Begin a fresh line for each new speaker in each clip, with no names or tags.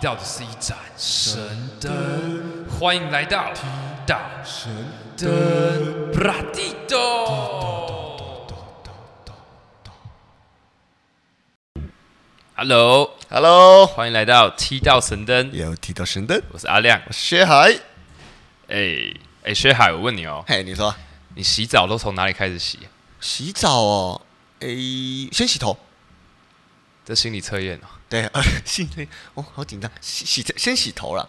到的是一盏神灯，欢迎来到提到神灯布拉蒂多。Hello，
Hello，
欢迎来到踢到神灯，
又提到神灯，
我是阿亮。
薛海。
哎哎，薛海，我问你哦，
嘿，你说
你洗澡都从哪里开始洗？
洗澡哦？诶，先洗头。
这心理测验哦，
对，呃， 洗哦，好紧张，洗洗先洗头了，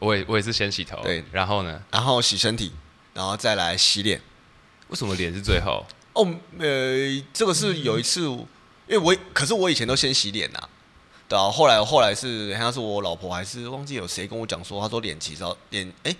我也我也是先洗头，
对
然后呢？
然后洗身体，然后再来洗脸。
为什么脸是最后？
哦，呃，这个是有一次，因为我可是我以前都先洗脸呐、啊。对啊，后来后来是好像是我老婆还是忘记有谁跟我讲说，她说脸其实要脸诶。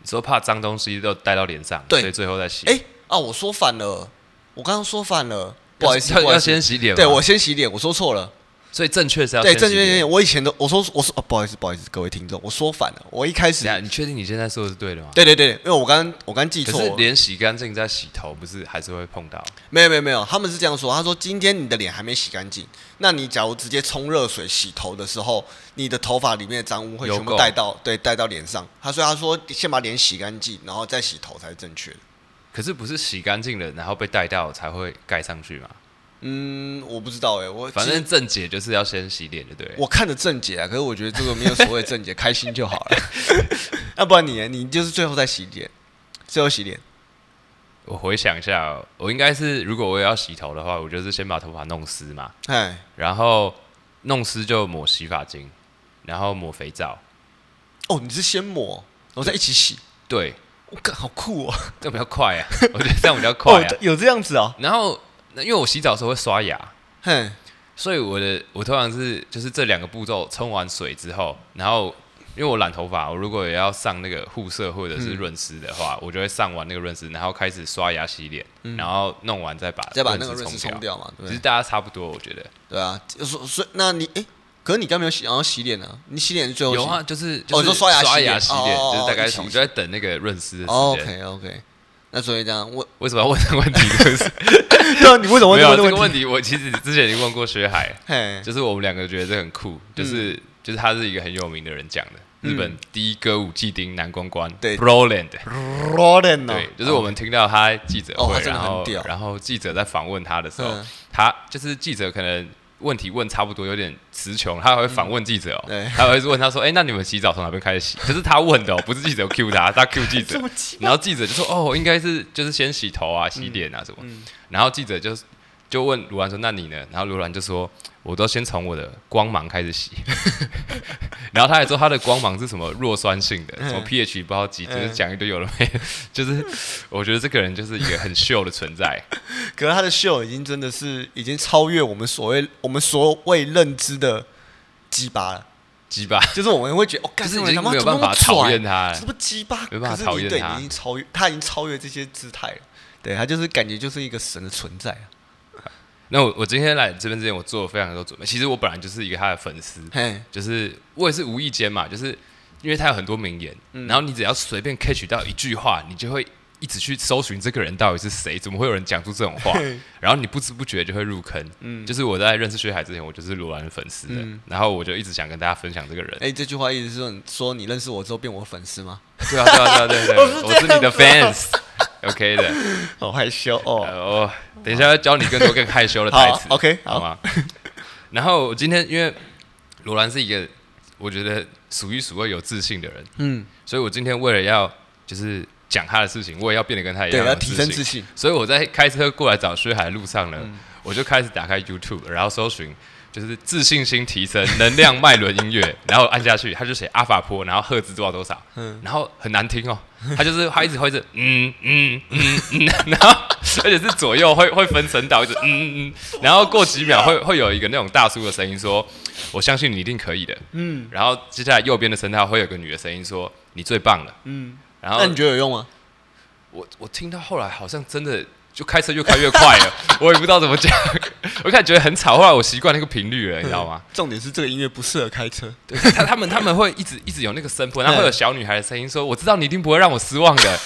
你说怕脏东西都带到脸上，
对
所以最后再洗。
哎、啊，我说反了，我刚刚说反了，不好意思，
要
不好
要
意思
先洗脸吗。
对我先洗脸，我说错了。
所以正确是要
对，
先洗
正确正确，
脸。
我以前都我说我说、啊，不好意思，不好意思，各位听众，我说反了，我一开始
等一下，你确定你现在说的是对的吗？
对对对，因为我刚我刚记
可
错
是
了，
脸洗干净再洗头，不是还是会碰到？
没有没有没有，他们是这样说，他说今天你的脸还没洗干净，那你假如直接冲热水洗头的时候，你的头发里面的脏污会
有
全部
垢
带到对带到脸上，他所以他说先把脸洗干净，然后再洗头才是正确的。
可是不是洗干净了，然后被带到才会盖上去嘛？
嗯，我不知道哎、我
反
其
正
实
正解就是要先洗脸，对不对了？
我看着正解啊，可是我觉得这个没有所谓正解，开心就好 了。要不然你呢你就是最后再洗脸，最后洗脸。
我回想一下哦，我应该是如果我也要洗头的话，我就是先把头发弄湿嘛，
哎，
然后弄湿就抹洗发精，然后抹肥皂。
哦，你是先抹，然后再一起洗，
对，
我、靠，好酷哦！
这样比较快啊， 我觉得这样比较快啊。
哦，有这样子哦，
然后，那因为我洗澡的时候会刷牙，
哼，
所以我的我通常是就是这两个步骤，冲完水之后，然后因为我染头发，我如果也要上那个护色或者是润湿的话，
嗯
我就会上完那个润湿，然后开始刷牙洗脸，然后弄完再把
再把那个
润
润
湿
湿冲
掉。
掉嘛，对不
其实
对？
大家差不多，我觉得
对啊，所所以那你哎，可是你刚没有洗，然后洗脸呢、你洗脸是最后洗
有啊，就是
哦
就
你
是
说刷牙洗
刷
脸
牙洗脸，
哦哦哦
就是大概
一起
从
一
就
起
在等那个润湿的
哦
时间。
？OK OK，那所以这样 我，
为什么要问这个问题？ 就是
对啊，你为什么
没有这
这
个问？题，我其实之前已经问过薛海，
嘿，
就是我们两个觉得这很酷，就是、就是他是一个很有名的人讲的，日本第一歌舞伎町男公关，
对
b r o l a n d
罗莲呢？
对，就是我们听到他记者
哦
会，
他真的
然后
很屌
然后记者在访问他的时候，
嗯
他就是记者可能。问题问差不多有点词穷，他还会反问记者哦，
嗯对
他还会问他说：“哎、那你们洗澡从哪边开始洗？”可是他问的哦，不是记者 Q 他，他 Q 记 者，然后记者就说：“哦，应该是就是先洗头啊，洗脸啊什么。
嗯
然后记者就就问卢兰说：“那你呢？”然后卢兰就说：“我都先从我的光芒开始洗。” 然后他还说他的光芒是什么弱酸性的，什么 pH 不知道几，就是
嗯
讲一堆有的没的，就是我觉得这个人就是一个很秀的存在。
可是他的秀已经真的是已经超越我们所谓我们所谓认知的鸡巴了，
鸡巴，
就是我们会觉得哦，
就
干
是
这
已
种人
经
他妈
没有
怎么
办
那
法
么
讨
拽啊
厌他了
是。不是鸡巴？
哎没办法
可是
讨
你
厌
对，
他
你已经超越，他已经超越这些姿态了。对他就是感觉就是一个神的存在啊。
那我我今天来这边之前，我做了非常多准备。其实我本来就是一个他的粉丝，
嘿，
就是我也是无意间嘛，就是因为他有很多名言，
嗯
然后你只要随便 catch 到一句话，你就会一直去搜寻这个人到底是谁，怎么会有人讲出这种话，然后你不知不觉就会入坑。嗯，就是我在认识薛海之前，我就是罗兰的粉丝了，
嗯
然后我就一直想跟大家分享这个人。
哎，这句话意思是说你说你认识我之后变我粉丝吗？
对啊，对啊，对啊，对啊，对啊，我是你的 fans。OK 的，
好害羞哦。
呃我等一下要教你更多更害羞的台词
好，OK，
好吗？然后我今天因为罗兰是一个我觉得数一数二有自信的人，
嗯，
所以我今天为了要就是讲他的事情，我也要变得跟他一样，
对，要提升自。信。
所以我在开车过来找薛海的路上呢，我就开始打开 YouTube，然后搜寻就是自信心提升、能量脉轮音乐， 然后按下去，他就写阿法波，然后赫兹多少多少，然后很难 听哦，他就是他一直会是嗯嗯嗯嗯， 然后而且是左右会会分声道，一直嗯嗯嗯，然后过几秒会会有一个那种大叔的声音说：“我相信你一定可以的。”嗯，然后接下来右边的声道会有个女的声音说：“你最棒了。”嗯，然后
那你觉得有用吗？
我我听到后来好像真的就开车越开越快了，我也不知道怎么讲，我开始觉得很吵，后来我习惯那个频率了，你知道吗？
重点是这个音乐不适合开车。
对他他们他们会一直一直有那个声波，然后会有小女孩的声音说：“我知道你一定不会让我失望的。”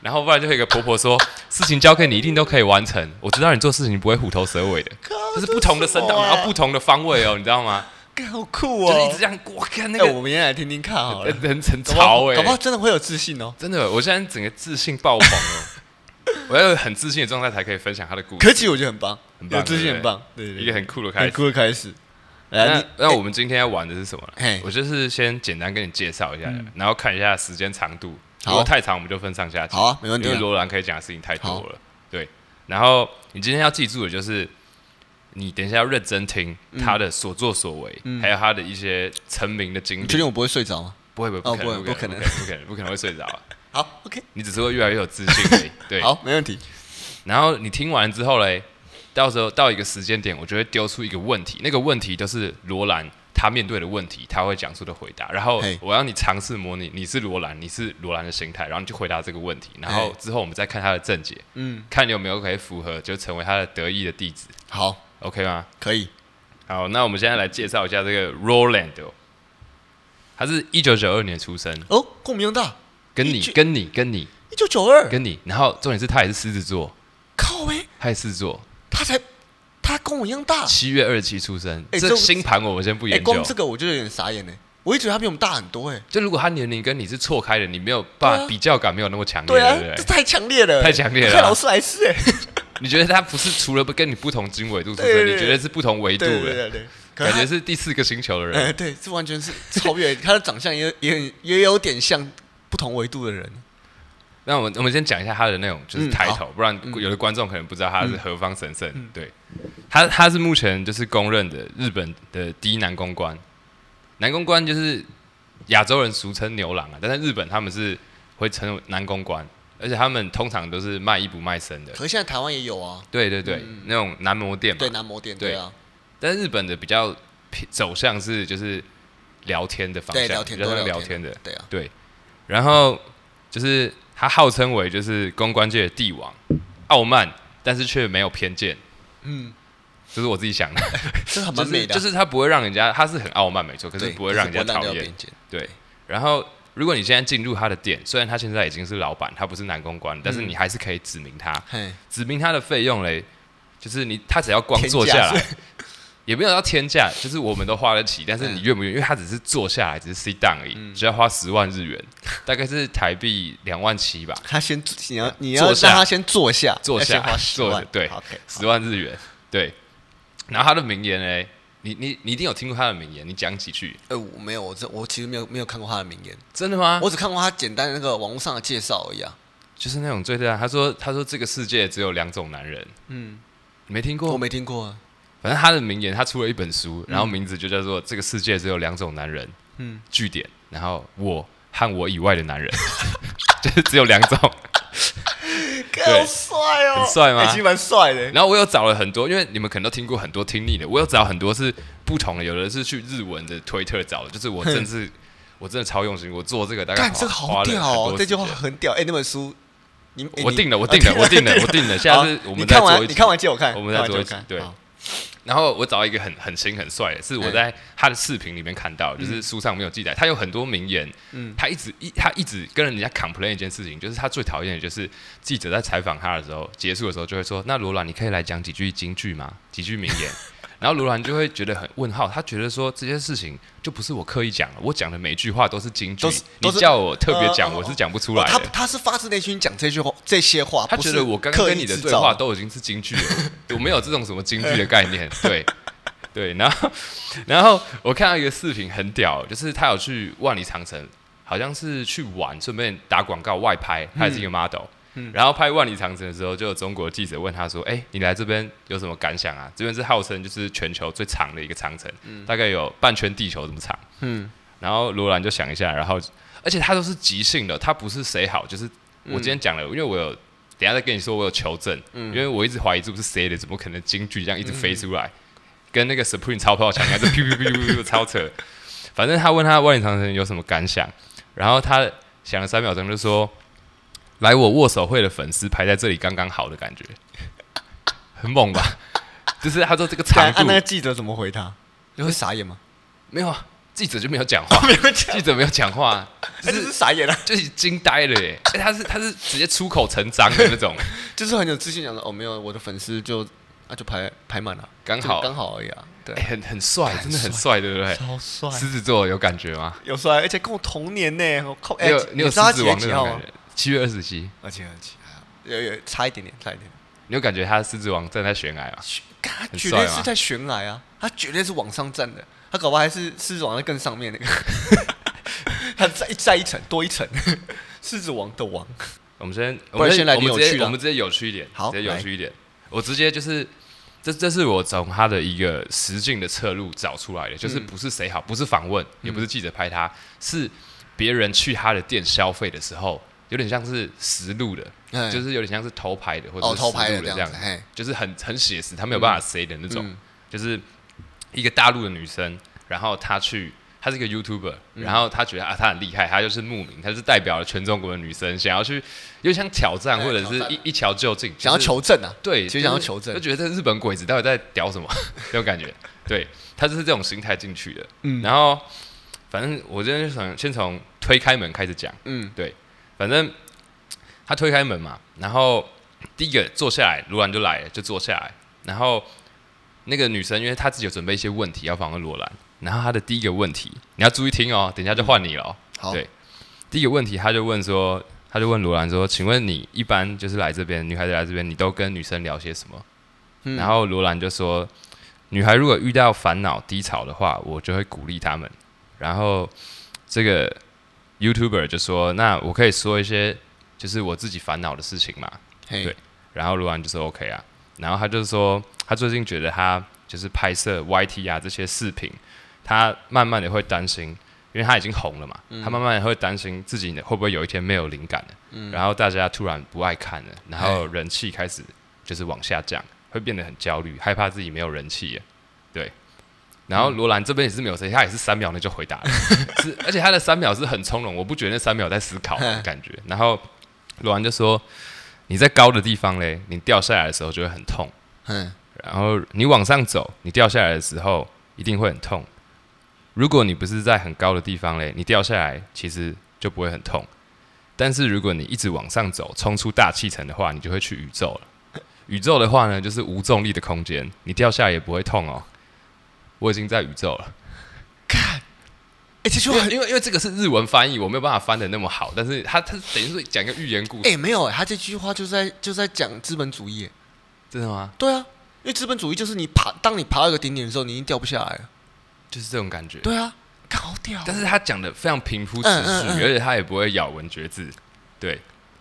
然后不然就会有一个婆婆说：“事情交给你，一定都可以完成。我知道你做事情不会虎头蛇尾的。”就是不同的声道，
这是什么啊
然后不同的方位哦，你知道吗？
干好酷
就是一直
哦！
这样哇，看那
哎、
个
我明天来听听看好了，
很很很
搞不好
潮哎、
搞不好真的会有自信哦。
真的，我现在整个自信爆棚哦，我要有很自信的状态才可以分享他的故事，
可其实我觉得很棒，
很棒
有自信
对不对
很棒，对对对
一个很酷的开
很
始。
酷的开始。来，
那
你
那我们今天要玩的是什么呢
嘿？
我就是先简单跟你介绍一下，然后看一下时间长度，
好
如果太长我们就分上下集。
好啊没问题啊
因为罗兰可以讲的事情太多了。对，然后你今天要记住的就是，你等一下要认真听他的所作所为，还有他的一些成名的经
你
历
确。定我不会睡着吗？
不会不
哦
会不可能
不会
不可能不
不
可能不可能不可能会睡着啊，
好，OK，
你只是会越来越有自信而已。对，
好，没问题。
然后你听完之后嘞，到时候到一个时间点，我就会丢出一个问题，那个问题就是罗兰他面对的问题，他会讲出的回答。然后
嘿
我要你尝试模拟你是罗兰，你是罗兰的心态，然后你去回答这个问题。然后
嘿
之后我们再看他的症结，
嗯，
看你有没有可以符合，就成为他的得意的弟子
好，
，OK 吗？
可以。
好，那我们现在来介绍一下这个 Roland，、哦、他是一九九二年出生，
哦，共鸣大，
跟你
19
跟你跟你
一九九二，
跟你，然后重点是他也是狮子座，
靠哎，
他也是狮子座，
他才他跟我一样大，
七月二十七出生，
哎
这
这
星盘我们先不
哎，
研究。
光这个我就有点傻眼呢。我一直以为他比我们大很多哎。
就如果他年龄跟你是错开的，你没有办
对
法
啊
比较感没有那么强烈，
对啊
不，
这
对？
太强烈了，
太强烈了啊
看劳斯莱斯哎，
你觉得他不是除了跟你不同经纬度出
对对
生，
对
你觉得是不同维度
对对
的，
对对，可
感觉
是
是第四个星球的
他，
人。
哎，对，这完全是超越 他的长相也，也很也有点像不同维度的人。
那我们我们先讲一下他的那种就是
嗯
抬头，不然有的观众可能不知道他是何方神圣。对，他他是目前就是公认的日本的第一男公关，男公关就是亚洲人俗称牛郎啊，但在日本他们是会称男公关，而且他们通常都是卖艺不卖身的。
可是现在台湾也有啊，
对对对，那种男模店嘛。
对，男模店，
对
对啊，
但是日本的比较偏走向是就是聊天的方向，
对，聊天
比较
都
像
聊
聊天的。
对啊，
对，然后就是他号称为就是公关界的帝王，傲慢，但是却没有偏见。
嗯，
这是我自己想的，
这很
就
蛮美
是
的
就
啊，
是他不会让人家，他是很傲慢没错，可是
对
不会让人家
就是不
讨
会让
厌
人。家
对，然后如果你现在进入他的店，虽然他现在已经是老板，他不是男公关，但是你还是可以指明他。
偏见。
指明他的费用嘞，就是你他只要光
天价
坐下
是
来， 也没有要天价，就是我们都花得起，但是你愿不愿意？因为他只是坐下来，只是 sit down 而已，只要花十万日元，大概是台币两万七吧，
他先坐你要你要
呃坐
让
下
他先坐下，
坐
要
下
先花十
坐
万
着，对
，OK，，
十万日元，对。然后他的名言嘞，你你你一定有听过他的名言，你讲几句？
呃，我没有，我这我其实没有没有看过他的名言，
真的吗？
我只看过他简单的那个网络上的介绍而已啊。
就是那种最对啊，他说他说这个世界只有两种男人，
嗯，
你没听过？
我没听过啊。
反正他的名言，他出了一本书，然后名字就叫做《这个世界只有两种男人》，
嗯
嗯，据点，然后我和我以外的男人， 就是只有两种。
哥好帅哦，
很帅吗
哎其实蛮帅的。
然后我有找了很多，因为你们可能都听过很多听腻的，我有找很多是不同的，有的是去日文的推特找的，就是我真 是我真的超用心，我做这个大概
干，
花
这个
花
好
了
屌
很
哦
多，
这句话
时间
很屌。哎，那本书，你哎
我
你
定了，我
啊
定了，我定了，我
定
定了。下次
好
我
你
们再
看
做一
完，
集
你看完借我看，
我们再
看完
做一
借
集
看。
对
好
然后我找一个很很新很帅的，是我在他的视频里面看到，
嗯
就是书上没有记载。他有很多名言，他一直一他一直跟人家 complain 一件事情，就是他最讨厌的就是记者在采访他的时候，结束的时候就会说：“那罗兰，你可以来讲几句金句吗？几句名 言？”然后罗兰就会觉得很问号，他觉得说这些事情就不是我刻意讲的，我讲的每一句话都是金句
都是，
你
都是
叫我特别讲，
呃
我是讲不出
哦
来
他
的。
他是发自内心讲这句话，这些话，
他
不
觉
是
得我刚刚
刻
跟
意
你的
制
对
造
话都已经是京剧了，我没有这种什么京剧的概念，对对。然后然后我看到一个视频很屌，就是他有去万里长城，好像是去玩，顺便打广告外拍，他也
嗯
是一个 model。然后拍万里长城的时候，就有中国记者问他说：“哎、你来这边有什么感想啊？这边是号称就是全球最长的一个长城，大概有半圈地球这么长。”
嗯，
然后罗兰就想一下，然后而且他都是即兴的，他不是谁好，就是我今天讲了，因为我有等一下再跟你说，我有求证，因为我一直怀疑这不是谁的，怎么可能京剧这样一直飞出来，跟那个 Supreme 超跑抢一样，这 噗噗噗噗噗超扯。反正他问他万里长城有什么感想，然后他想了三秒钟就说：“来我握手会的粉丝排在这里刚刚好的感觉，很猛吧？” 就是他说这个
看
长
啊
度
那个记者怎么回他？你会傻 眼吗？
没有啊，记者就没有讲话，
没 有讲，
记者没有讲话啊，
哎
就是
这是傻眼啊，
就是惊呆了耶！哎他是他是直接出口成章的那种，
就是很有自信讲的。哦，没有，我的粉丝就啊啊，就排排满了，
刚
这个
好
刚好而已啊。对
哎，，很很帅，真的很帅，对不对？
超帅
狮子座有感觉吗？
有帅，而且跟我同年呢，我靠，
你
哎
有，你有
知
狮
道他
子
几月
王那
几号
种
吗
感？觉？七月二十七，
而且而且，啊有有差一点点，差一点点。
你有感觉他的狮子王站在悬崖吗？
干他
很
绝
帅
对
吗
是在悬崖啊，他绝对是往上站的，他搞不好还是狮子王在更上 面那个，他再再一层多一层， 狮子王的王。
我们先，我
不然
们
先来
我们
点
直接，
有趣的
我们直接有趣一点，
好
直接有
来
趣一点。我直接就是，这这是我从他的一个实境的侧录找出来的，就是
嗯
不是谁好，不是访问，也不是记者拍他，是别人去他的店消费的时候，有点像是实录的，
哎
就是有点像是偷拍的或者
哦，
是
偷拍
实
的
录的
这
这
样
样
子，，嘿，
就是很很写实，他没有办法塞的那种，
嗯
就是一个大陆的女生，然后她去，她是一个 YouTuber，然
嗯
后她觉得啊，她很厉害，她就是慕名，她就是代表了全中国的女生，想要去，有点像挑战
哎
或者是
挑战
一一瞧究竟，
想要
就是
求证啊，
对，
其实想要
就是
求证
就觉得这日本鬼子到底在屌什么 这种感觉，对，她就是这种心态进去的，
嗯
然后反正我今天就想先从推开门开始讲。
嗯，
反正他推开门嘛，然后第一个坐下来，罗兰就来了，就坐下来。然后那个女生，因为她自己有准备一些问题要访问罗兰，然后她的第一个问题，你要注意听哦，等一下就换你了、哦。
好，
对第一个问题，她就问说，她就问罗兰说，请问你一般就是来这边，女孩子来这边，你都跟女生聊些什么？
嗯
然后罗兰就说，女孩如果遇到烦恼低潮的话，我就会鼓励她们。然后这个 YouTuber 就说，那我可以说一些就是我自己烦恼的事情嘛。
嘿
对然后罗兰就说 OK 啊，然后他就说他最近觉得他就是拍摄 YT 啊这些视频，他慢慢的会担心，因为他已经红了嘛，他慢慢的会担心自己会不会有一天没有灵感了，然后大家突然不爱看了，然后人气开始就是往下降，会变得很焦虑，害怕自己没有人气耶，对。然后罗兰这边也是没有谁，他也是三秒内就回答了，是而且他的三秒是很从容，我不觉得那三秒在思考的感觉。然后罗兰就说：“你在高的地方嘞，你掉下来的时候就会很痛；
嗯，
然后你往上走，你掉下来的时候一定会很痛。如果你不是在很高的地方嘞，你掉下来其实就不会很痛。但是如果你一直往上走，冲出大气层的话，你就会去宇宙了。宇宙的话呢，就是无重力的空间，你掉下来也不会痛哦。我已经在宇宙了，
哎，这句
因
话
为
很，
因为因为这个是日文翻译，我没有办法翻的那么好，但是他他等于是讲一个寓言故事，
哎，没有，哎他这句话就在就在讲资本主义，哎
真的吗？
对啊，因为资本主义就是你爬，当你爬到一个顶点的时候，你已经掉不下来了，
就是这种感觉。
对啊，干好屌哦，
但是他讲的非常平铺直叙，
嗯嗯嗯
而且他也不会咬文嚼字，对。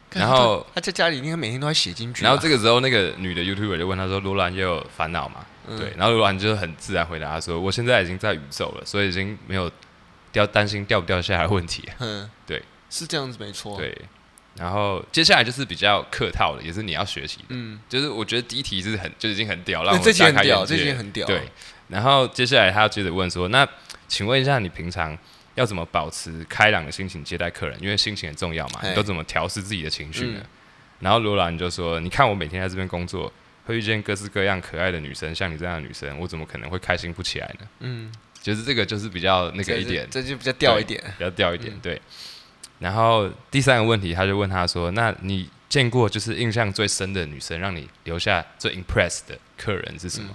干
然后
他他在家里应该每天都在写啊进去吧，
然后这个时候，那个女的 YouTuber 就问他说：“罗兰也有烦恼嘛？”
嗯
对，然后罗兰就很自然回答他说：“我现在已经在宇宙了，所以已经没有掉担心掉不掉下来的问题。
嗯，
对，
是这样子没”错，，
对。然后接下来就是比较客套的，也是你要学习的，
嗯，
就是我觉得第一题是很就已经很屌，让
那
我
这集
大
很
开
屌，
眼
这
界
集
了
很屌，
对，，然后接下来他接着问说：“那请问一下，你平常要怎么保持开朗的心情接待客人？因为心情很重要嘛，
嘿
你都怎么调试自己的情绪呢？”
嗯
然后罗兰就说：“你看我每天在这边工作，会遇见各式各样可爱的女生，像你这样的女生，我怎么可能会开心不起来呢
嗯，？”
就是这个，就是比较那个一点，
这就比较掉一点。
比较掉一点，对。然后第三个问题，他就问他说：“那你见过就是印象最深的女生，让你留下最 impress 的客人是什么？”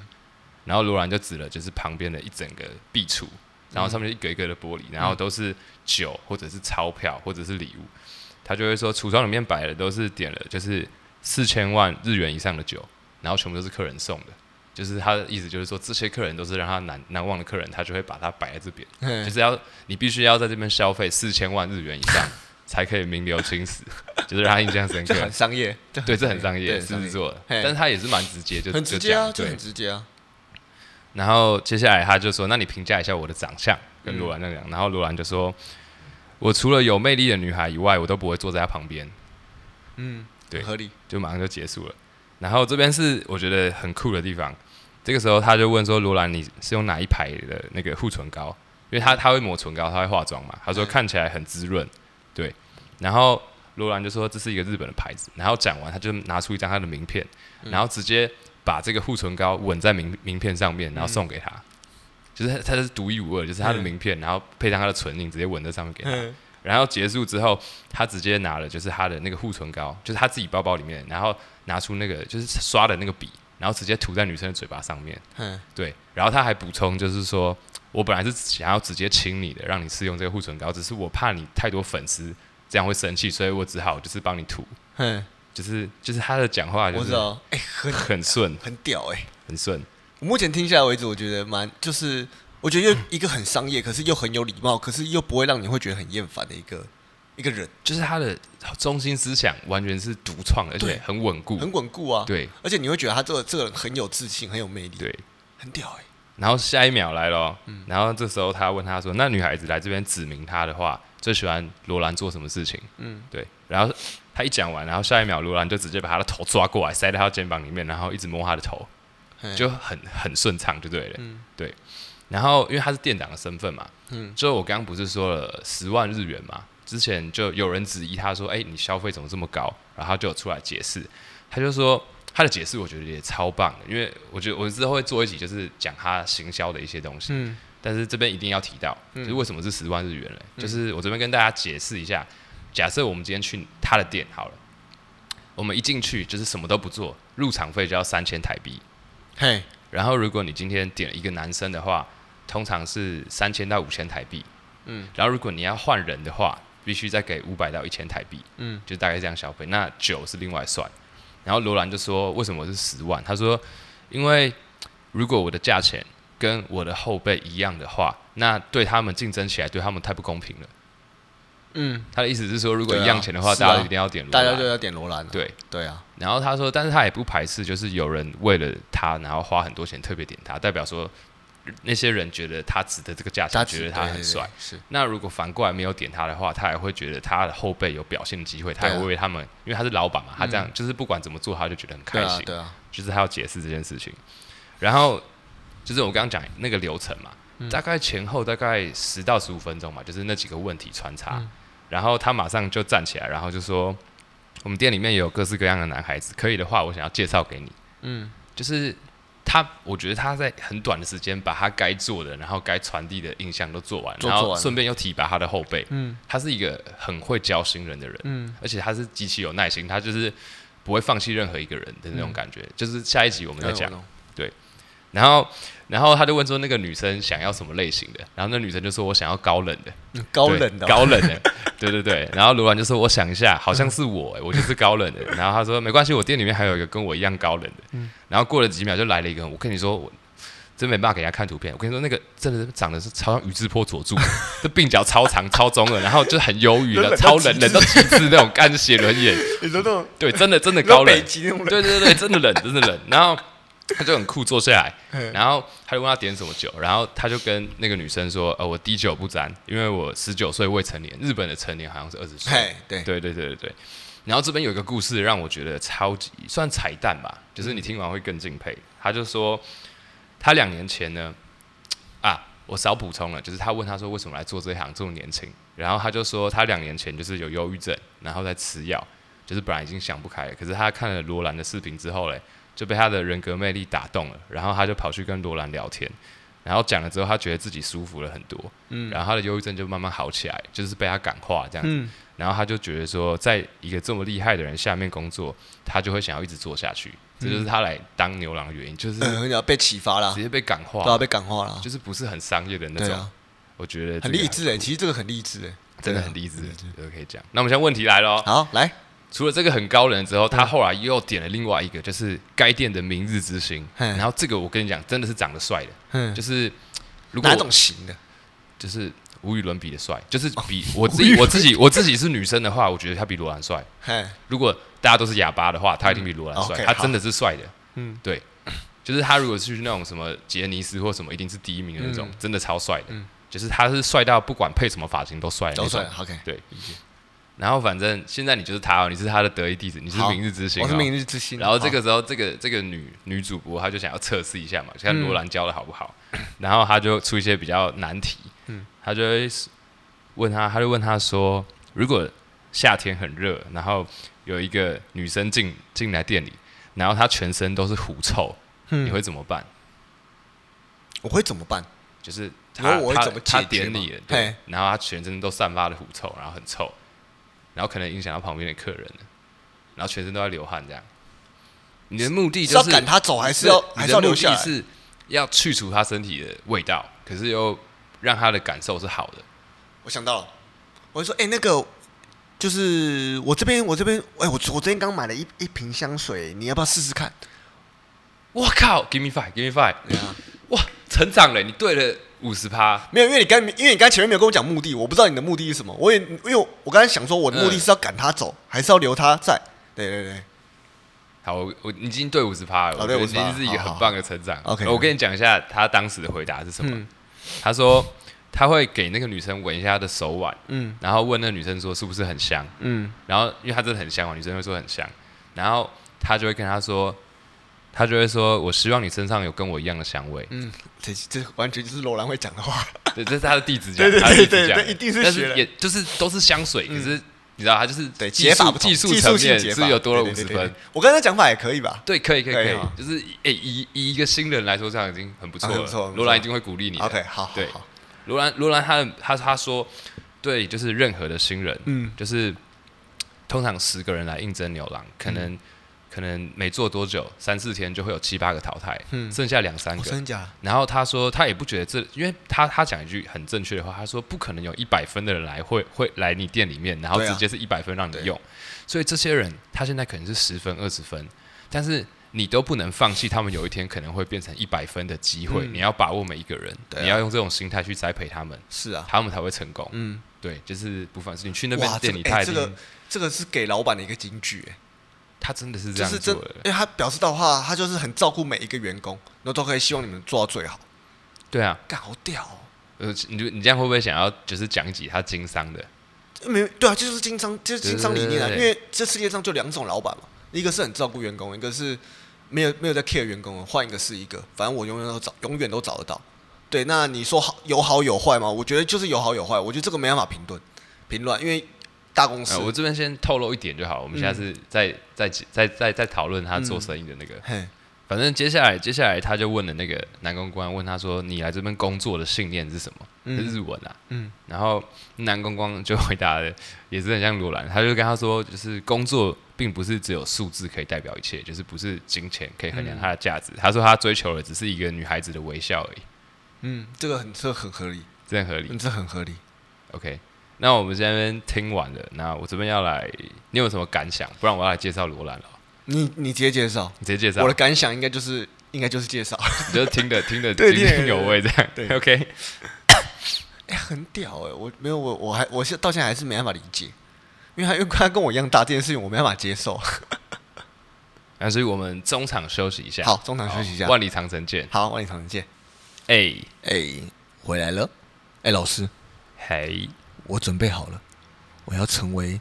然后罗兰就指了就是旁边的一整个壁橱，然后上面一格一格的玻璃，然后都是酒或者是钞票或者是礼物，他就会说橱窗里面摆的都是点了就是四千万日元以上的酒，然后全部都是客人送的。就是他的意思，就是说这些客人都是让他难难忘的客人，他就会把它摆在这边。就
嗯，
是要你必须要在这边消费四千万日元以 上，才可以名留青史，就是让他印象深
这
刻
很。商业，
对，这很商业，
对
狮子座的，
嘿
但是他也是蛮直接，就
很直接啊，
就
就
讲对。
很直接啊。
然后接下来他就说：“那你评价一下我的长相。”跟罗兰那样，然后罗兰就说：“
嗯
我除了有魅力的女孩以外，我都不会坐在她旁边。
嗯，
对
很合理。”
就马上就结束了。然后这边是我觉得很酷的地方。这个时候他就问说：“罗兰，你是用哪一排的那个护唇膏？因为他他会抹唇膏，他会化妆嘛。他说
嗯
看起来很滋润，对。然后罗兰就说这是一个日本的牌子。然后讲完，他就拿出一张他的名片，然后直接把这个护唇膏吻在名名片上面，然后送给他。就是他他是独一无二，就是他的
嗯
名片，然后配上他的唇印，直接吻在上面给他。
嗯，
然后结束之后，他直接拿了就是他的那个护唇膏，就是他自己包包里面，然后拿出那个就是刷的那个笔，然后直接涂在女生的嘴巴上面。
嗯，
对，然后他还补充，就是说我本来是想要直接亲你的，让你试用这个护唇膏，只是我怕你太多粉丝，这样会生气，所以我只好就是帮你涂，
哼，
就是就是他的讲话就
我知
是
道，哎、很
很顺，
很屌哎、
很顺，
我目前听下来为止，我觉得蛮就是，我觉得又一个很商业，可是又很有礼貌，可是又不会让你会觉得很厌烦的一个一个人，
就是他的中心思想完全是独创的，而
对
且很稳固，
很稳固啊。，
对
而且你会觉得他这个这个人很有自信，很有魅力，，
对。
很屌哎、
然后下一秒来了哦，然后这时候他问他说：“那女孩子来这边指明他的话，最喜欢罗兰做什么事情？”
嗯
嗯，对。然后他一讲完，然后下一秒罗兰就直接把他的头抓过来，塞到他肩膀里面，然后一直摸他的头，
嘿
就很很顺畅，就对了。
嗯
对。然后因为他是店长的身份嘛，
嗯
嗯，就我刚刚不是说了十万日元嘛，之前就有人质疑他说：“哎、你消费怎么这么高？”然后他就有出来解释，他就说他的解释我觉得也超棒的，因为我觉得我之后会做一集就是讲他行销的一些东西，
嗯
但是这边一定要提到，就是为什么是十万日元嘞？就是我这边跟大家解释一下，假设我们今天去他的店好了，我们一进去就是什么都不做，入场费就要三千台币，
嘿，
然后如果你今天点了一个男生的话，通常是三千到五千台币，
嗯
然后如果你要换人的话，必须再给五百到一千台币，
嗯
就大概这样消费。那酒是另外算。然后罗兰就说：“为什么是十万？”他说：“因为如果我的价钱跟我的后辈一样的话，那对他们竞争起来对他们太不公平了。
嗯，”
他的意思是说，如果
对啊
一样钱的话，
是啊
大家一定要点罗
大
兰。
家都要点罗兰、啊，
对。
对啊，
然后他说，但是他也不排斥，就是有人为了他，然后花很多钱特别点他，代表说那些人觉得他值得这个价
大
钱，
家
觉得他很帅。，
是
那如果反过来没有点他的话，他也会觉得他的后辈有表现的机会，他
对
也
啊嗯
会为他们，因为他是老板嘛，他这样、就是不管怎么做，他就觉得很
对
开
啊
心，
对啊，
就是他要解释这件事情。然后就是我刚刚讲那个流程嘛，
嗯
大概前后大概十到十五分钟嘛，就是那几个问题穿插，
嗯
然后他马上就站起来，然后就说：“我们店里面也有各式各样的男孩子，可以的话，我想要介绍给你。”
嗯
就是他，我觉得他在很短的时间把他该做的，然后该传递的印象都做完，
都做
然
完
后
了
顺便又提拔他的后辈。
嗯
他是一个很会教新人的人，
嗯，
而且他是极其有耐心，他就是不会放弃任何一个人的那种感觉。就是下一集我们再讲。
哎我懂
然后，然后他就问说那个女生想要什么类型的，然后那女生就说我想要高冷的，
嗯高冷的
对高冷的， 对对对。然后卢兰就说我想一下，好像是我、欸，我就是高冷 的。然后他说没关系，我店里面还有一个跟我一样高冷的。
嗯
然后过了几秒就来了一个，我跟你说我。真没办法给人家看图片，我跟你说，那个真的是长得是超像宇智波佐助， 这鬓角超长超中的，然后就很忧郁
冷
的，
到
超
极
冷
致
冷到极致那种，干血轮眼，
你说那种
对，真的真的
你说
高
北
冷，
极那种冷，
对对对，真的冷，真的冷。然后他就很酷坐下来
嗯，
然后他就问他点什么酒，然后他就跟那个女生说：“呃，我滴酒不沾，因为我十九岁未成年，日本的成年好像是二十岁。
嘿，对”
对对对对对。然后这边有一个故事让我觉得超级算彩蛋吧，就是你听完会更敬佩。他就说他两年前呢，啊，我少补充了，就是他问他说为什么来做这一行这么年轻，然后他就说他两年前就是有忧郁症，然后在吃药，就是本来已经想不开了，可是他看了罗兰的视频之后嘞，就被他的人格魅力打动了，然后他就跑去跟罗兰聊天，然后讲了之后，他觉得自己舒服了很多，嗯，然后他的忧郁症就慢慢好起来，就是被他感化这样子，
嗯
然后他就觉得说，在一个这么厉害的人下面工作，他就会想要一直做下去，这就是他来当牛郎的原因，就是
嗯，很屌，被启发了
直，接被感化，
对啊，被感化了，
就是不是很商业的那
对
种。
啊，
我觉得这个
很励志哎，其实这个很励志哎，
真的
对啊
很励志，这个可以讲。那我们现在问题来了哦，
好，嗯来，
除了这个很高冷之后，他后来又点了另外一个，就是该店的明日之星。
嗯
然后这个我跟你讲，真的是长得帅的，
嗯，
就是如果
哪
我
种哦型的？
就是无与伦比的帅，就是 比我自己我自己我自己是女生的话，我觉得他比罗兰帅。
嘿，
如果大家都是哑巴的话，他一定比罗兰
嗯
帅，
OK，
他
好
真的是帅的。
嗯
对，就是他如果是去那种什么杰尼斯或什么，一定是第一名的那种，
嗯
真的超帅的。
嗯
就是他是帅到不管配什么发型都帅的那
都啊
种。
算 OK。
对，然后反正现在你就是他哦，你是他的得意弟子，你是
好
明日之星、哦，
我是明日之 星。
然后这
好
个时候，这个这个女女主播她就想要测试一下嘛，
嗯
看罗兰教的好不好。然后她就出一些比较难题，
嗯
嗯，她就会问她，她就问她说，如果夏天很热，然后有一个女生进进来店里，然后她全身都是狐臭，
嗯
你会怎么办？
我会怎么办？
就是
你问
她
我会
她
怎么
她
解
点
决吗
你了，
嘿
对，然后她全身都散发着狐臭，然后很臭，然后可能影响到旁边的客人了，然后全身都在流汗这样。你的目的
是要
就是
赶他走，哦还是要还
你
是要
的目
留下
的
来？
是要去除他身体的味道，可是又让他的感受是好的。
我想到了，我就说，哎、那个就是我这边，我这边，哎、我我昨天刚买了一一瓶香水，你要不要试试看？
我靠，Give me five，Give me five，哇，
啊
成长了，你对了五十趴，
没有，因为你刚，因为你刚前面没有跟我讲目的，我不知道你的目的是什么。我也因为我刚才想说，我的目的是要赶他走，还是要留他在？对对对，
好，我我你已经对五十趴了，
哦
我觉
对
得已
50%
经是一个
好
很
好
棒的成长。
OK
我跟你讲一下他当时的回答是什么
嗯。
他说他会给那个女生闻一下她的手腕，
嗯
然后问那女生说是不是很香，
嗯，
然后因为她真的很香嘛，女生会说很香，然后他就会跟她说，他就会说我希望你身上有跟我一样的香味。
这这完全就是楼兰会讲 的话。
对，这是他的弟子讲，
对对对
他的弟子
对
讲
对一定是
但
学
是
了
也就是都是香水，可是你知道他就是
对，
技
解法
术
不同
技术
技
层
术性
面
解
是
法
有多了
对
五
对
十
对对
分。
我刚才讲法也可以吧？
对，可以，可以，
可
可
以
以
哈，
就是诶，以以一个新人来说，这样已经很不错
啊很不错
了。
很不
罗兰
错
一定会鼓励你的。
OK，好，好
对
好
罗兰，罗兰他的他他说，对，就是任何的新人，
嗯
就是通常十个人来应征牛郎，
嗯
可能、可能没做多久，三四天就会有七八个淘汰，
嗯
剩下两三
哦
个。
真的假的？
然后他说，他也不觉得这，因为他他讲一句很正确的话，他说不可能有一百分的人来会会来你店里面，然后
对啊
直接是一百分让你
对
用，所以这些人他现在可能是十分二十分，但是你都不能放弃他们有一天可能会变成一百分的机会，
嗯
你要把握每一个人，
对啊
你要用这种心态去栽培他们，
是啊，
他们才会成功。
嗯，
对，就是不凡是你去那边
哇，这
店
个
里，
哎
他已
这
经、
个这个是给老板的一个金句，哎
他真的是这
就
样
是
做
真
的，，
因为他表示到的话，他就是很照顾每一个员工，然后都可以希望你们做到最好。
对啊，
干好屌、哦！
呃，你就你这样会不会想要就是讲几他经商的？
没对啊，这就是经商，这就是经商理念啊。
对对对
因
对
为这世界上就两种老板嘛，一个是很照顾员工，一个是没有没有在 care 员工的，换一个是一个，反正我永远都找，永远都找得到。对，那你说好有好有坏吗？我觉得就是有好有坏，我觉得这个没办法评论评论，因为大公司，
呃，我这边先透露一点就好，我们
嗯
下次再、再再再再讨论他做生意的那个。
嘿，
反正接下来接下来他就问了那个男公关，问他说：“你来这边工作的信念是什么？”
嗯
是日文啊。
嗯
然后男公关就回答的也是很像罗兰，他就跟他说：“就是工作并不是只有数字可以代表一切，就是不是金钱可以衡量
嗯
它的价值。他说他追求的只是一个女孩子的微笑而已，
嗯，这个很这个很合理，
这很合理。
嗯，这很合理。
OK，那我们这边听完了，那我这边要来，你有什么感想？不然我要来介绍罗兰了，
你你直接介绍，
你直接介绍
我的。感想应该就是应该就是介绍，
你就听 的听的
对
津
对
津有味这样。
对
OK，
哎、很屌哎、我没有我我还我现到现在还是没办法理解，因为他因为他跟我一样大这件事情，我没办法接受。
那所以我们中场休息一下。
好，，中场休息一下。
万里长城见。
好，万里长城见。
哎、
哎、回来了。哎、老师，
嘿，
我准备好了，我要成为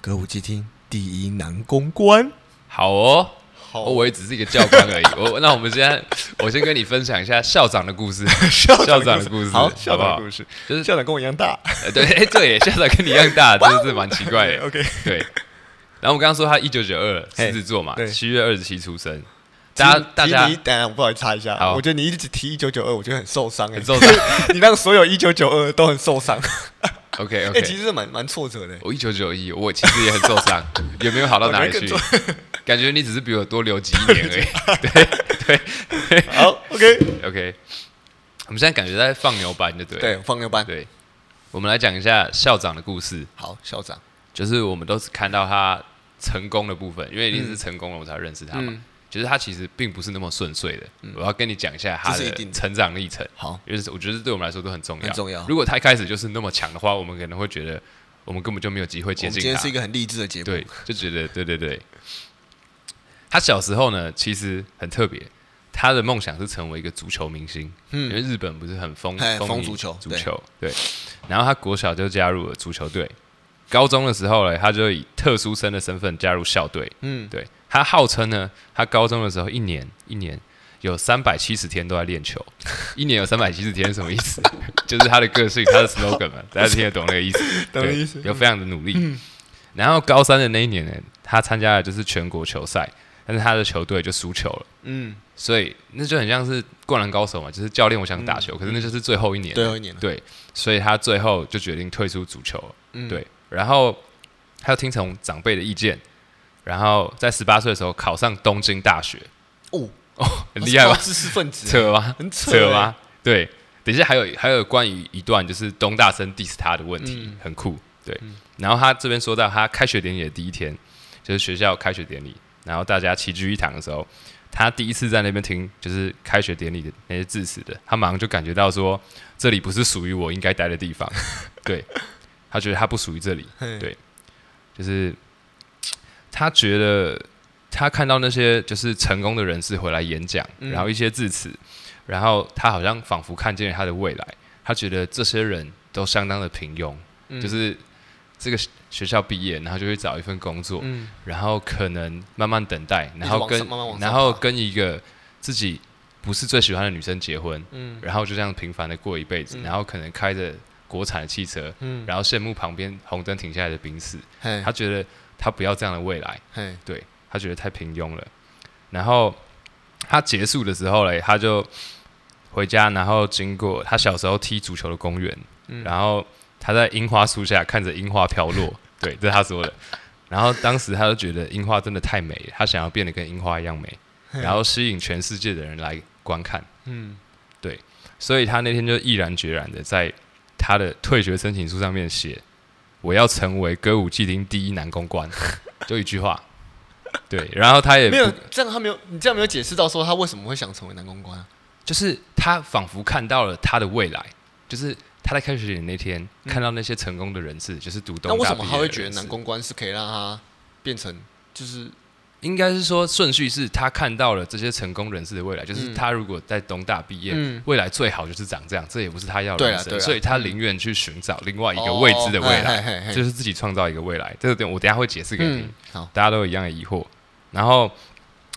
歌舞伎町第一男公关。
好哦。
好
哦我也只是一个教官而已。我那我们现在，我先跟你分享一下校长的故事，
校
校长的故事
好，
好
校
不
长
好
的故事，
就是
校长跟我一样大。
呃对，哎，对耶，校长跟你一样 大，真的是蛮 奇怪的。
OK，
对。然后我们刚刚说他一九九二
嘿
狮子座嘛
对，
七月二十七出生。大家大家
其实你等一下，我不好意思插一下，
好
我觉得你一直提一九九二，我觉得很受伤、哎，
很受伤。
你让所有一九九二都很受伤。
OK
哎、其
OK，
实是蛮蛮挫折的、欸
我一九九一，我其实也很受 伤，也没有好到哪里去
我觉，
感觉你只是比我多留几年而 已。对对
好，OK，
对，OK，我们现在感觉在放牛班，对不对？
对，放牛班。
对，我们来讲一下校长的故事，
好，校长，
就是我们都是看到他成功的部分，因为一定是成功了我才认识他嘛。
嗯
就是他其实并不是那么顺遂的，我要跟你讲一下他
这是一
的
定的
成长历程。
好，
因为我觉得这对我们来说都很重要。
很重要
如果他一开始就是那么强的话，我们可能会觉得我们根本就没有机会
我
接
们今
近
天
他
是一。个很励志的节目。
对，就觉得对对对。他小时候呢，其实很特别，他的梦想是成为一个足球明星，因为日本不是很风
嗯哎
风
风
靡
足球
足
对
球对。然后他国小就加入了足球队，高中的时候呢，他就以特殊生的身份加入校队。
嗯，
对他号称呢，他高中的时候一年一年有三百七十天都在练球，一年有三百七十天是什么意思？ 就是他的个性，他的 slogan 嘛，大家听得懂那个意思？
懂
对
意思嗯
有非常的努力。然后高三的那一年呢，他参加的就是全国球赛，但是他的球队就输球了，
嗯，
所以那就很像是《灌篮高手》嘛，就是教练我想打球，可是那就是最后一年了，
嗯最后一年了。
对，所以他最后就决定退出足球了。
嗯
对，然后他又听从长辈的意见，然后在十八岁的时候考上东京大学，
哦，
很厉害吧
他是高？知识 分子，
扯吗？
很扯
扯
欸
吗？对，等一下还有还有关于一段就是东大生 diss 他的问题，
嗯
很酷。对，然后他这边说到他开学典礼的第一天，就是学校开学典礼，然后大家齐聚一堂的时候，他第一次在那边听就是开学典礼的那些致辞的，他马上就感觉到说这里不是属于我应该待的地方，对他觉得他不属于这里，
嘿
对就是他觉得他看到那些就是成功的人士回来演讲，
嗯
然后一些致辞，然后他好像仿佛看见了他的未来，他觉得这些人都相当的平庸，
嗯
就是这个学校毕业，然后就会找一份工作，
嗯，
然后可能慢慢等待，然后
往上
跟
慢慢往上
然后
爬
跟一个自己不是最喜欢的女生结婚，
嗯
然后就这样平凡的过一辈子，然后可能开着国产的汽车，
嗯
然后羡慕旁边红灯停下来的宾士，
嘿
他觉得他不要这样的未来，
嘿，
对他觉得太平庸了。然后他结束的时候嘞，他就回家，然后经过他小时候踢足球的公园，
嗯
然后他在樱花树下看着樱花飘 落，对，这是他说的。然后当时他就觉得樱花真的太美了，他想要变得跟樱花一样美，然后吸引全世界的人来观看。
嗯
所以他那天就毅然决然的在他的退学申请书上面写：“我要成为歌舞伎町第一男公关。”就一句话。对，然后他也不
没有这样，他没有你这样没有解释到说他为什么会想成为男公关啊？
就是他仿佛看到了他的未来，就是他在开学典礼那天、看到那些成功的人士，就是读东
嗯那为
大
什
毕
么
业
他
的
会
人
觉得男
士
公关是可以让他变成就是
应该是说顺序是他看到了这些成功人士的未来，就是他如果在东大毕业，
嗯
未来最好就是长这样，这也不是他要的
对啊
人生，
对啊
所以他宁愿去寻找另啊外一个未知的未来，
哦嘿嘿嘿
就是自己创造一个未来。这个点我等一下会解释给你听，
嗯好
大家都有一样的疑惑。然后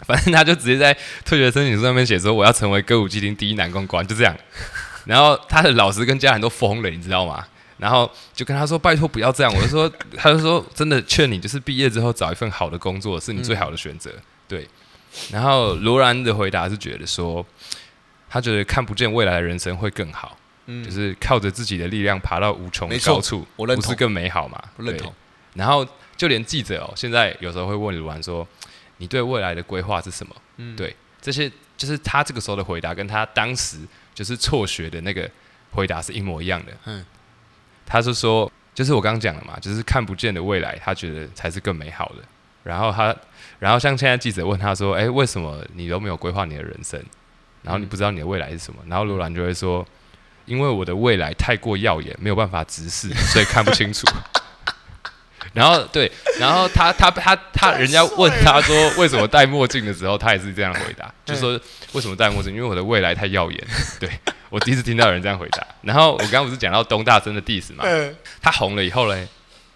反正他就直接在退学申请书上面写说我要成为歌舞伎町第一男公关，就这样。 然后他的老师跟家人都疯了，你知道吗？然后就跟他说：“拜托不要这样。”我就说， 他就说：“真的劝你，就是毕业之后找一份好的工作是你最好的选择。对。然后罗兰的回答是觉得说，他觉得看不见未来的人生会更好，
嗯
就是靠着自己的力量爬到无穷的
没错
高处，
我认
不是
同
更美好嘛？
我认
对
同。
然后就连记者哦，现在有时候会问卢安说：“你对未来的规划是什么？”
嗯
对，这些就是他这个时候的回答，跟他当时就是辍学的那个回答是一模一样的。
嗯
他是说，就是我刚刚讲了嘛，就是看不见的未来，他觉得才是更美好的。然后他，然后像现在记者问他说：“哎，为什么你都没有规划你的人生？然后你不知道你的未来是什么？”然后罗兰就会说：“因为我的未来太过耀眼，没有办法直视，所以看不清楚。” 然后对，然后他他他他，人家问他说为什么戴墨镜的时候，他也是这样回答，就说为什么戴墨镜？因为我的未来太耀眼。对我第一次听到有人这样回答。然后我刚刚不是讲到东大生的 diss 嘛，
嗯
他红了以后嘞，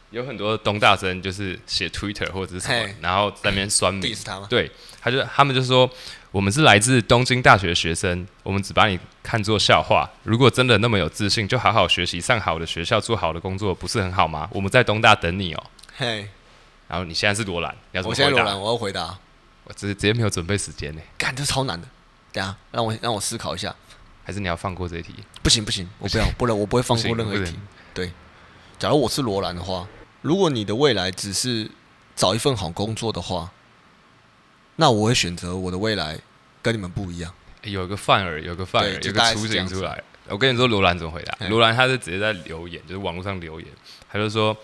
有很多东大生就是写 Twitter 或者是什么
嘿，
然后在那边酸民
diss 他吗
对，他就他们就说我们是来自东京大学的学生，我们只把你看作笑话。如果真的那么有自信，就好好学习，上好的学校，做好的工作，不是很好吗？我们在东大等你哦。
嘿，
然后你现在是罗兰，你要怎
我
么
现在
回
罗
答？
兰，我要回答，
我直直接没有准备时间呢，
干这超难的，等一下让我让我思考一下，
还是你要放过这一题？
不行不行，我不要不能我不会放
不行
过任何
不
一
能
题。对，假如我是罗兰的话，如果你的未来只是找一份好工作的话，那我会选择我的未来跟你们不一样。
欸有一个范儿，有一个范儿，
对就
有一
大概
个
是
雏
这
形
样子
出来。我跟你说，罗兰怎么回答？
嗯
罗兰他是直接在留言，就是网络上留言，他就说，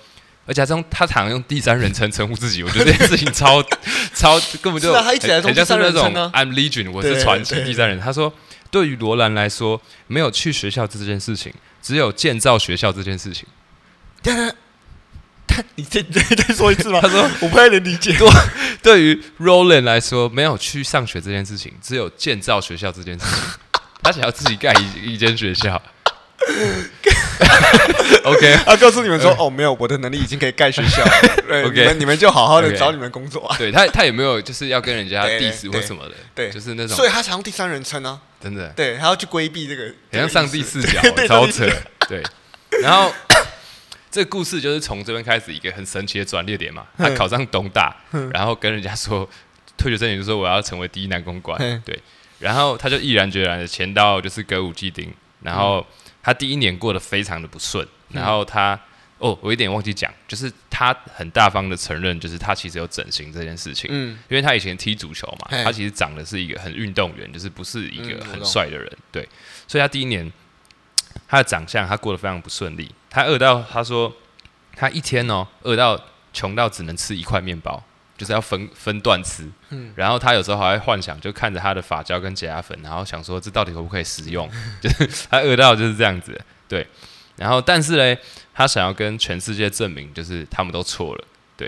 而且他用他常用第三人称称呼自己，我觉得这件事情超 超根本就是
啊他一直以来都
很很像是那
第三
种
人称啊
I'm Legion，我是
对
传奇
对
第三人。他说，对于罗兰来说，没有去学校这件事情，只有建造学校这件事情。
但是，但 你再再再说一次吗？
他说
我不太能理解。
对于 Roland 来说，没有去上学这件事情，只有建造学校这件事情。 他想要自己盖一一间学校。OK，
他告诉你们 说，哦，没有，我的能力已经可以盖学校了。对
呃 OK
你们你们就好好的
OK
找你们工作啊。
对他他也没有就是要跟人家
对对
diss 或
对
什么的，
对，
就是那种
所以他常用第三人称啊，
真的，
对，他要去规避这个，
很像上
这个
帝
意思
视角
对，对
超
上帝
扯
视。
对，然后这个故事就是从这边开始一个很神奇的转捩点嘛。他
嗯
考上东大，然后跟人家说退学申请，就说我要成为第一男公关
嗯。
对，然后他就毅然决然的潜
嗯
到就是歌舞伎町，然后他第一年过得非常的不顺，然后他。哦，我有点忘记讲，就是他很大方的承认，就是他其实有整形这件事情，
嗯，
因为他以前踢足球嘛，
嘿
他其实长得是一个很运动员，就是不是一
嗯
个
我
很
懂
帅的人，对，所以他第一年他的长相他过得非常不顺利，他饿到他说他一天哦饿到穷到只能吃一块面包，就是要分分段吃，嗯，然后他有时候还会幻想，就看着他的发胶跟洁牙粉，然后想说这到底可不可以食用，就是他饿到就是这样子，对，然后但是嘞，他想要跟全世界证明，就是他们都错了，对，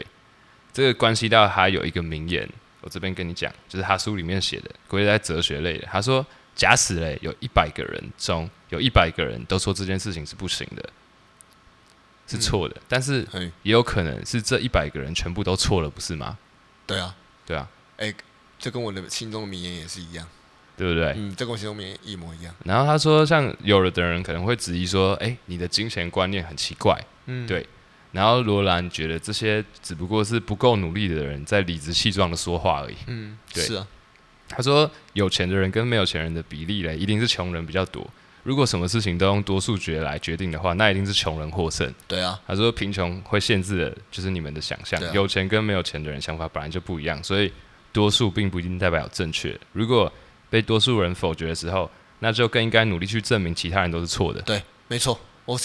这个关系到他有一个名言，我这边跟你讲，就是他书里面写的，估计在哲学类的。他说，假使嘞有一百个人中有一百个人都说这件事情是不行的，是错的，但是
嘿，
也有可能是这一百个人全部都错了，不是吗？
对啊，
对啊，
哎、这跟我的心中的名言也是一样，
对不对？
嗯，这跟我心中名言一模一样，
然后他说，像有的人可能会质疑说，哎，你的金钱观念很奇怪，
嗯
对然后罗兰觉得这些只不过是不够努力的人在理直气壮的说话而已。
嗯，
对
是啊，
他说，有钱的人跟没有钱人的比例嘞，一定是穷人比较多。如果什么事情都用多数决来决定的话，那一定是穷人获胜。
对啊，
他说，贫穷会限制了就是你们的想象
对，啊
有钱跟没有钱的人想法本来就不一样，所以多数并不一定代表正确。如果被多数人否决的时候，那就更应该努力去证明其他人都是错的。
对，没错，我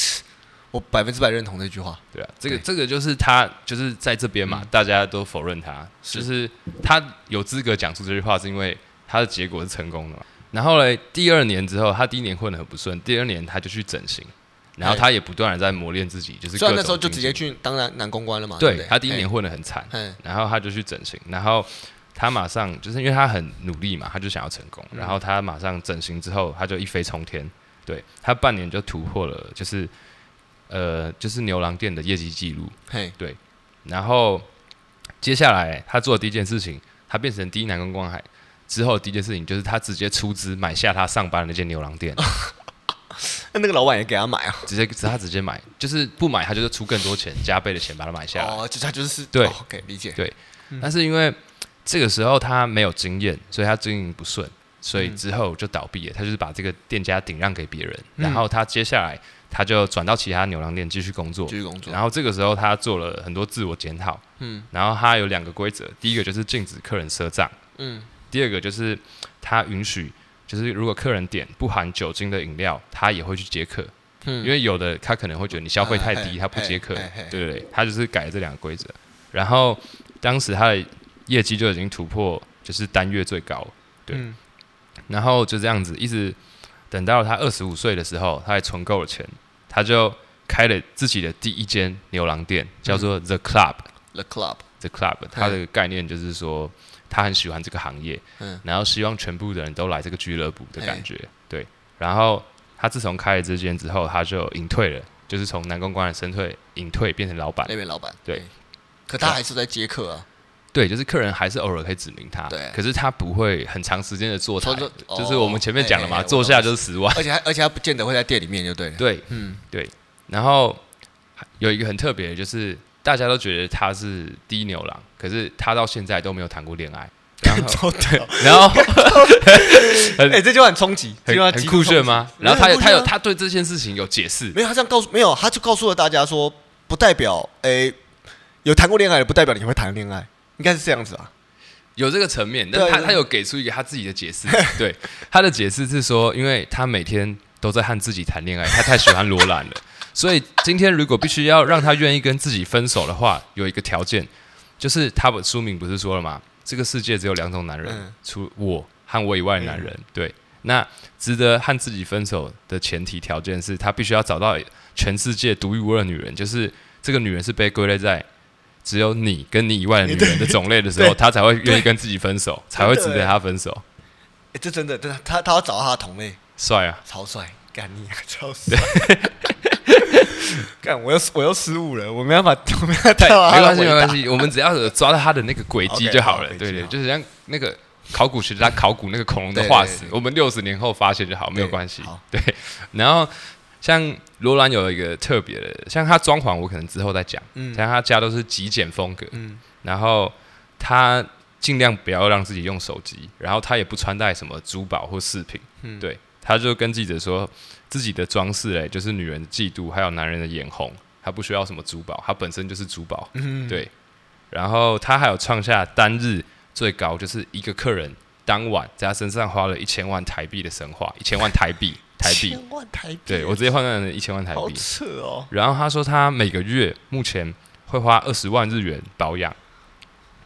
我百分之百认同这句话，
对啊，这个
对嗯
这个就是他就是在这边嘛，大家都否认他，就是他有资格讲出这句话，是因为他的结果是成功的嘛。然后嘞，第二年之后，他第一年混得很不顺，第二年他就去整形，然后
哎
他也不断的在磨练自己，就是
虽然
各
那时候
种
就
精
直接
进
去当男男公关了嘛，对不
对
对
他第一年，混得很惨，
嗯，
然后他就去整形，然后他马上就是因为他很努力嘛，他就想要成功，
嗯
然后他马上整形之后，他就一飞冲天，对他半年就突破了，就是呃，就是牛郎店的业绩记录。
嘿，
然后接下来他做的第一件事情，他变成第一男公关海之后，第一件事情就是他直接出资买下他上班的那间牛郎店，
哦那那个老板也给他买啊，
直接他直接买，就是不买他就是出更多钱，加倍的钱把它买下来。
哦，就他就是
啊对
哦，OK，理解，
对
嗯
但是因为这个时候他没有经验，所以他经营不顺，所以
嗯
之后就倒闭了。他就是把这个店家顶让给别人，然后他接下来他就转到其他牛郎店继续工作
继。续工作
然，后这个时候他做了很多自我检讨，
嗯
然后他有两个规则，第一个就是禁止客人赊账。
嗯，
第二个就是他允许，就是如果客人点不含酒精的饮料，他也会去接客，
因
因为有的他可能会觉得你消费太低，
嗯
他不接客
嘿嘿嘿，
对不对？他就是改了这两个规则。然后当时他的业绩就已经突破，就是单月最高，对
嗯
然后就这样子一直等到他二十五岁的时候，他还存够了钱，他就开了自己的第一间牛郎店，叫做 The Club。
The Club，
The Club，它的概念就是说，他很喜欢这个行业，
嗯
然后希望全部的人都来这个俱乐部的感觉，对。然后他自从开了这间之后，他就隐退了，就是从男公关的身退隐退变成老板，
那边老板，
对
嘿，可他还是在接客啊，
对，就是客人还是偶尔可以指明他，
对
可是他不会很长时间的坐台
操作，哦
就是我们前面讲了嘛，
嘿嘿
坐下就是十万，
而且还而且他不见得会在店里面，就对了，
对。
哎嗯，
然后有一个很特别的，就是大家都觉得他是第一牛郎，可是他到现在都没有谈过恋 爱，然后
对，
然后。
哎，这句话很冲击，这
很
句话
很
极度
酷炫
冲击
吗？
没
然
有
后他有
很酷
他
炫
有
啊
他对这件事情有解释，
没有，他这样告诉没有，他就告诉了大家说，不代表诶、有谈过恋爱的不代表你会谈恋爱，应该是这样子啊。
有这个层面，
对
但
啊
他
对啊
他有给出一个他自己的解 释。对，他的解释是说，因为他每天都在和自己谈恋爱，他太喜欢罗兰了，所以今天如果必须要让他愿意跟自己分手的话，有一个条件，就是他本书名不是说了吗？这个世界只有两种男人，
嗯
除我和我以外的男人。对，那值得和自己分手的前提条件是他必须要找到全世界独一无二的女人，就是这个女人是被归类在只有你跟你以外的女人的种类的时候，
对
他才会愿意跟自己分手，才会值
真的
得
欸
他分手。
哎、这真的，真的，他他要找到他的同类，
帅啊！
超帅，干你、啊，超 帅。干，我又我又失误了，我没办法，我没办法
对，
到他
没
的
关系，
回
没
答
关。系，我们只要有抓到他的那个轨迹
OK，
就好了。
好轨迹
对对，
好
就是像那个考古学家考古那个恐龙的化石
对对，
我们六十年后发现就好，没有
对
关系
好。
对，然后像罗兰有一个特别的，像他装潢，我可能之后再讲。
嗯
像他家都是极简风格，
嗯
然后他尽量不要让自己用手机，然后他也不穿戴什么珠宝或饰品。
嗯
对，他就跟记者说，自己的装饰嘞，就是女人的嫉妒，还有男人的眼红。它不需要什么珠宝，它本身就是珠宝。
嗯
对。然后他还有创下单日最高，就是一个客人当晚在他身上花了一千万台币的神话，一千万台币，台 币。
千万台币，
对我直接换算成一千万台
好
币。
扯哦，
然后他说他每个月目前会花二十万日元保养，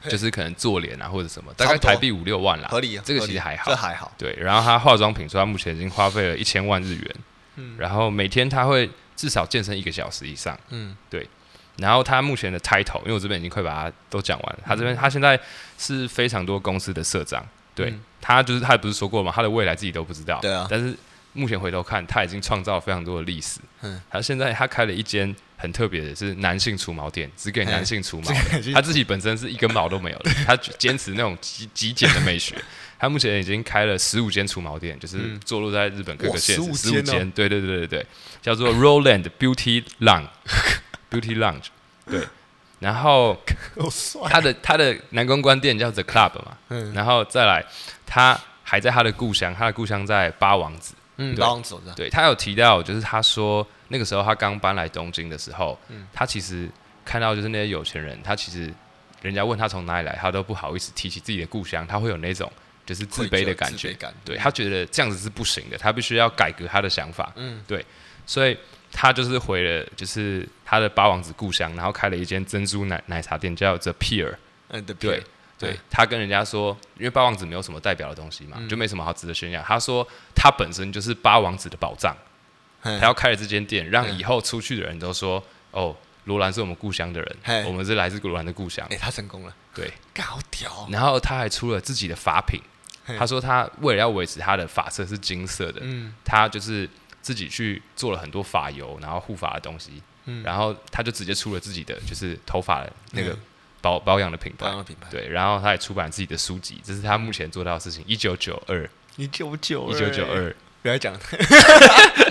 嘿
就是可能做脸啊或者什么，
差
大
不多
概台币五六万啦。
合理啊，
这个
合理
其实还好
这还好，
对，然后他化妆品说他目前已经花费了一千万日元，
嗯
然后每天他会至少健身一个小时以上。
嗯，
然后他目前的 title，因为我这边已经快把它都讲完
嗯
了，他这边他现在是非常多公司的社长，对、
嗯
他就是他不是说过吗？他的未来自己都不知道，
对啊
但是目前回头看，他已经创造了非常多的历史。
嗯
嗯，他现在他开了一间很特别的是男性除毛店，只给男性除毛
嘿只给男
的
性，
他自己本身是一根毛都没 有的，他坚持那种极极简的美学。他目前已经开了十五间除毛店，就是坐落在日本各
嗯哇
个县市，
15
十五
间哦
间，对对对对对，叫做 Roland Beauty Lounge。Beauty Lounge，对。然后
好帅，
他的他的男公关店叫 The Club 嘛，
嗯
然后再来，他还在他的故乡，他的故乡在八王子。
嗯，
对
老王走着，
对他有提到，就是他说那个时候他刚搬来东京的时候，
嗯
他其实看到就是那些有钱人，他其实人家问他从哪里来，他都不好意思提起自己的故乡，他会有那种就是自卑的感
愧疚
觉
自卑感，
对他觉得这样子是不行的，他必须要改革他的想法，
嗯
嗯，对，所以他就是回了就是他的八王子故乡，然后开了一间珍珠奶奶茶店，叫 The Pier，
嗯，对
对，对
嗯
他跟人家说，因为八王子没有什么代表的东西嘛，就没什么好值得炫耀。他说他本身就是八王子的宝藏，
嘿
他要开了这间店，让
嗯
以后出去的人都说，哦，罗兰是我们故乡的
嘿
人，我们是来自罗兰的故乡
哎，。他成功了，
对，
干好屌哦，
然后他还出了自己的法品
嘿，
他说他为了要维持他的发色是金色的，
嗯
他就是自己去做了很多发油，然后护发的东西，
嗯，
然后他就直接出了自己的就是头发的那个
嗯
保保养的品
保
牌
养。品牌，
对，然后他也出版自己的书籍，这是他目前做到的事情。一九九二，
一九九
一九九，二，
不要讲，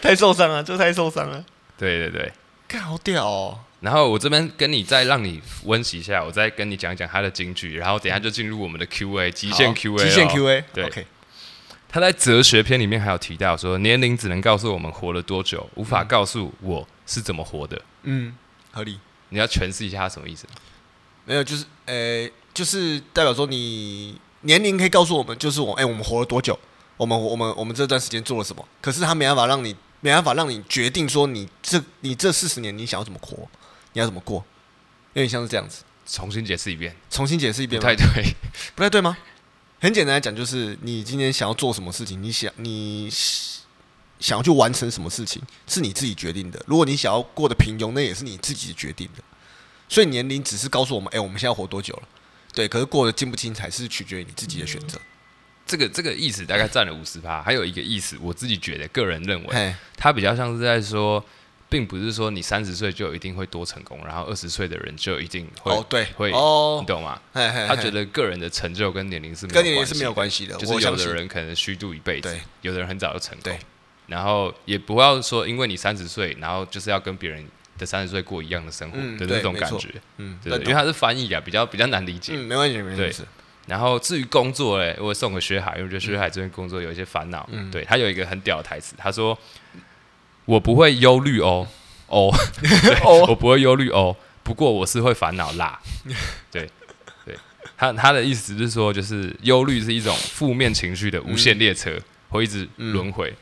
太受伤了，这太受伤了，
对对对。
干好屌哦，
然后我这边跟你再让你温习一下，我再跟你讲讲他的金句，然后等一下就进入我们的 Q&A 极限
好
Q&A 哦。
极限 Q&A，
对
OK，
他在哲学篇里面还有提到说，年龄只能告诉我们活了多久，无法告诉我是怎么活的。
嗯，合理，
你要诠释一下他什么意思吗？
没有，就是呃，就是代表说你年龄可以告诉我们，就是我哎、我们活了多久，我们我们我们这段时间做了什么，可是他没办法让你没办法让你决定说你这你这四十年你想要怎么活，你要怎么过，有点像是这样子。
重新解释一 遍，
重新解释一
不
遍吗，
太对。
不太对吗？很简单来讲，就是你今天想要做什么事情，你想你想要去完成什么事情，是你自己决定的。如果你想要过得平庸，那也是你自己决定的。所以年龄只是告诉我们，哎、我们现在活多久了？对，可是过得精不精彩是取决于你自己的选择。
这个这个意思大概占了五十趴，还有一个意思，我自己觉得个人认为，
嘿，
他比较像是在说，并不是说你三十岁就一定会多成功，然后二十岁的人就一定会、
哦，对，
会，
哦
你，懂吗？
嘿嘿嘿
他觉得个人的成就跟年龄是没有
跟年龄是没有
关
关系的，
系的，就
我
是有
相
的
信
人可能虚度一辈子
对，
有的人很早就成功
对，
然后也不要说因为你三十岁，然后就是要跟别人的三十岁过一样的生活
嗯
的
对
那种
没
感
错
觉，
嗯，
对不对，因
但
为他是翻译啊，比较比较难理解。
嗯，没关系，没关系，
然后至于工作嘞，我送给薛海，因为我觉得薛海这边工作有一些烦恼。
嗯
对他有一个很屌的台词，他说：“我不会忧虑哦，哦，
哦
对我不会忧虑哦，不过我是会烦恼啦。对”对，他他的意思是说，就是忧虑是一种负面情绪的无限列车，
嗯
会一直轮回，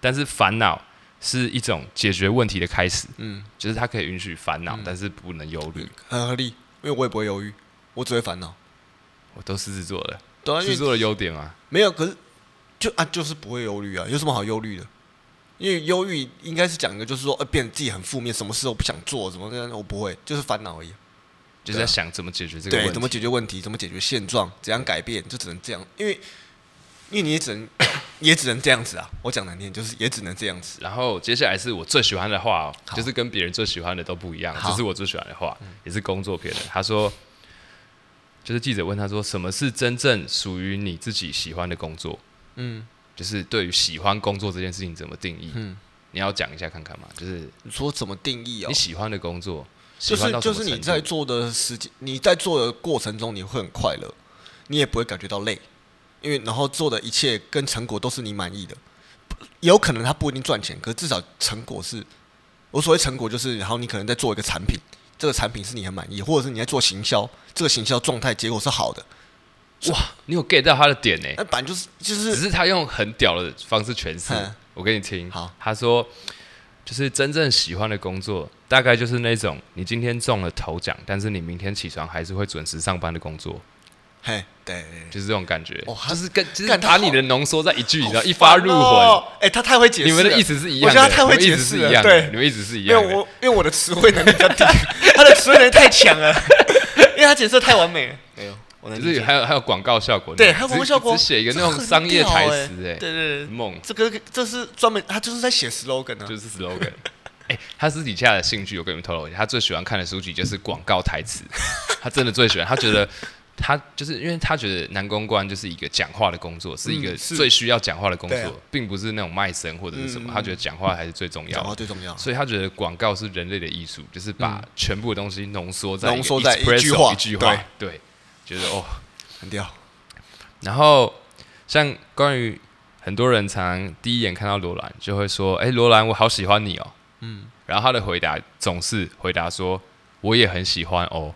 但是烦恼是一种解决问题的开始，
嗯，
就是他可以允许烦恼，但是不能忧虑。
很合理，因为我也不会犹豫，我只会烦恼。
我都狮子座了，
对啊，因
狮
为
子座的优点嘛，
没有，可是就啊，就是不会忧虑啊，有什么好忧虑的？因为忧郁应该是讲一个，就是说，呃，变得自己很负面，什么事都不想做，怎么这样，我不会，就是烦恼而已。
就是在想怎么解决这个问
啊对，
题。
怎么解决问题，怎么解决现状，怎样改变，就只能这样，因为因为你也只能 也只能这样子啊。我讲难听，就是也只能这样子。
然后接下来是我最喜欢的话、哦，
好
就是跟别人最喜欢的都不一样，
好嗯
这是我最喜欢的话，也是工作篇的。他说，就是记者问他说，什么是真正属于你自己喜欢的工作？
嗯，
就是对于喜欢工作这件事情怎么定义？
嗯
你要讲一下看看嘛，就是
你说怎么定义哦
你？喜欢的工作，喜
就是
欢到什
就
么
是
程度
你在做的时间，你在做的过程中，你会很快乐，你也不会感觉到累，因为然后做的一切跟成果都是你满意的。不有可能他不一定赚钱，可是至少成果是，我所谓成果就是，然后你可能在做一个产品，这个产品是你很满意，或者是你在做行销，这个行销状态结果是好的，
哇，你有 get 到他的点呢、
那反正就是 就
只
是
是他用很屌的方式诠释
嗯。
我给你听，
好，
他说，就是真正喜欢的工作，大概就是那种你今天中了头奖，但是你明天起床还是会准时上班的工作，
嘿，对对对，
就是这种感觉。
哦他
就是跟就是
干他
把
好
你的浓缩在一句，你知道，一发入魂。
哦。哎，他太会解
你
释了，
们的意思是一
我
样的，
觉得他太会
你们
解
意思
释
是一
了，
样的，
对
你，们一直是一
因为
样的。
我因为我的词汇能力比较低， 他的词汇能力太强了， 因为他解释得太完美了。没有，我能
就
理
是
解。
还有还有广告效果，
对，
你
还有
只
广告效果，
只写一个那
这
种
很
商业
屌
台
欸
词，哎，
对对对，
梦
这个这是专门他就是在写 slogan 啊
就，是 slogan。哎， 他私底下的兴趣我跟你们透露一下，他最喜欢看的书籍就是广告台词， 他真的最喜欢，他觉得。他就是因为他觉得男公关就是一个讲话的工作，是一个
嗯是
最需要讲话的工作，
对啊
并不是那种卖身或者是什么。
嗯嗯
他觉得讲话还是最重要
讲
的
话，最重要。
所以他觉得广告是人类的艺术，就是把全部的东西浓缩在一个
浓缩在一句
espresso，
话
一句话，对，觉得哦，
很屌。
然后像关于很多人常第一眼看到罗兰就会说：“哎，罗兰，我好喜欢你哦。”嗯，然后他的回答总是回答说：“我也很喜欢哦，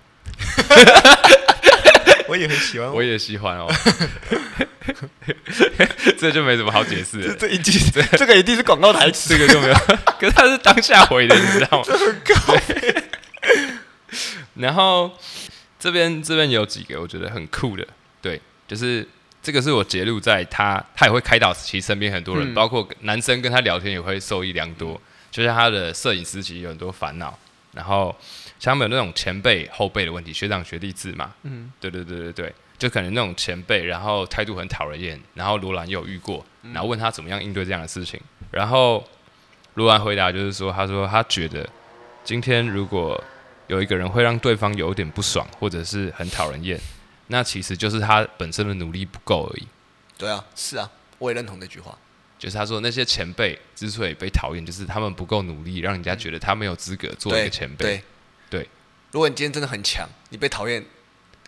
我也很喜欢
我也喜欢 哦。”这就没什么好解释
这
了，
这 一定这个一定是广告台词，
这个就没有。 可是他是当下回的，你知 道吗？对然后这边这边有几个我觉得很酷的，对，就是这个是我截录在他，他也会开导，其实身边很多人，
嗯
包括男生跟他聊天也会受益良多。就像他的摄影师其实有很多烦恼，然后像他们有那种前辈后辈的问题，学长学弟制嘛，嗯，对对对对对，就可能那种前辈，然后态度很讨人厌，然后罗兰也有遇过，然后问他怎么样应对这样的事情，然后罗兰回答就是说，他说他觉得今天如果有一个人会让对方有点不爽，或者是很讨人厌，那其实就是他本身的努力不够而已。
对啊，是啊，我也认同这句话。
就是他说那些前辈之所以被讨厌，就是他们不够努力，让人家觉得他没有资格做一
对
个前辈。
对
对，
如果你今天真的很强，你被讨厌，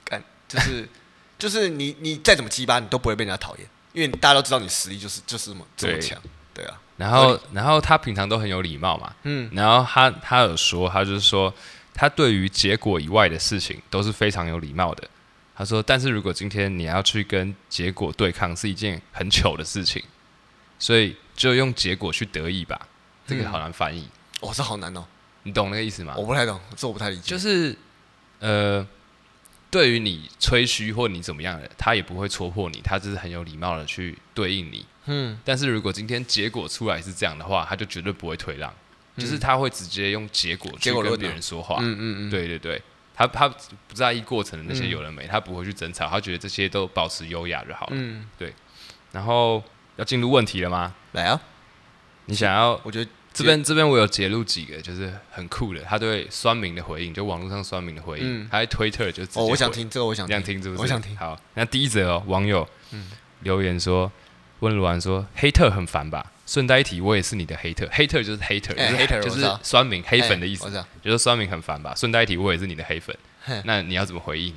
干就是 就是你你再怎么鸡巴，你都不会被人家讨厌，因为大家都知道你实力就是就是这么这么
对
强。对啊，
然后，然后他平常都很有礼貌嘛，嗯，然后他他有说，他就是说他对于结果以外的事情都是非常有礼貌的。他说，但是如果今天你要去跟结果对抗，是一件很糗的事情，所以就用结果去得意吧。这
嗯
个好难翻译，
哦，这好难哦，
你懂那个意思吗？
我不太懂，这我不太理解。
啊就是呃，对于你吹嘘或你怎么样的，他也不会戳破你，他就是很有礼貌的去对应你。
嗯，
但是如果今天结果出来是这样的话，他就绝对不会退让，就是他会直接用结果去
嗯结果
跟
论
别
啊
人说话。
嗯嗯嗯，
对对对，他他不在意过程的那些有人没，他不会去争吵，他觉得这些都保持优雅就好了。
嗯，
然后要进入问题了吗？
来啊，
你想要
我觉得
这边这边我有截录几个，就是很酷的，他对酸民的回应，就网络上酸民的回应，
嗯
他在推特就直接
哦，我想
回
听这个，我想
你想听是不是？
我想听。
好，那第一则哦，网友留言说，问卢安说，黑特很烦吧？顺带一提，我也是你的黑特，黑特就是 hater，、
哎
就是
hater，
就
我知
是
道
酸民黑粉的意思
哎我，知道，
就是酸民很烦吧？顺带一提，我也是你的黑粉
嘿。
那你要怎么回应？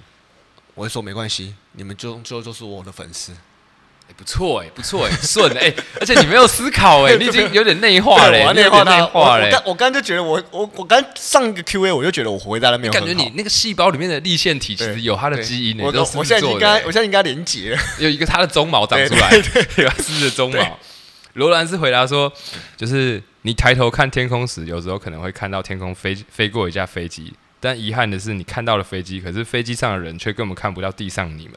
我会说没关系，你们终究就是我的粉丝。
哎不错哎、不 错哎、顺哎、而且你没有思考哎、你已经有点内化了、哎
对我要
你有
内
点
化他。
内
我
化了、哎
我刚我刚就觉得我我我刚上一个 Q A 我就觉得我回答的没有很
感
好，
觉你那个细胞里面的立腺体其实
对
有它的
对
基因、欸，
我
都是
我现在已经
做
跟
的
他
欸
我现在已经跟他连结了。
有一个他的鬃毛长出来，有他狮子鬃毛。 罗兰是回答说，就是你抬头看天空时，有时候可能会看到天空飞飞过一架飞机，但遗憾的是，你看到了飞机，可是飞机上的人却根本看不到地上你们。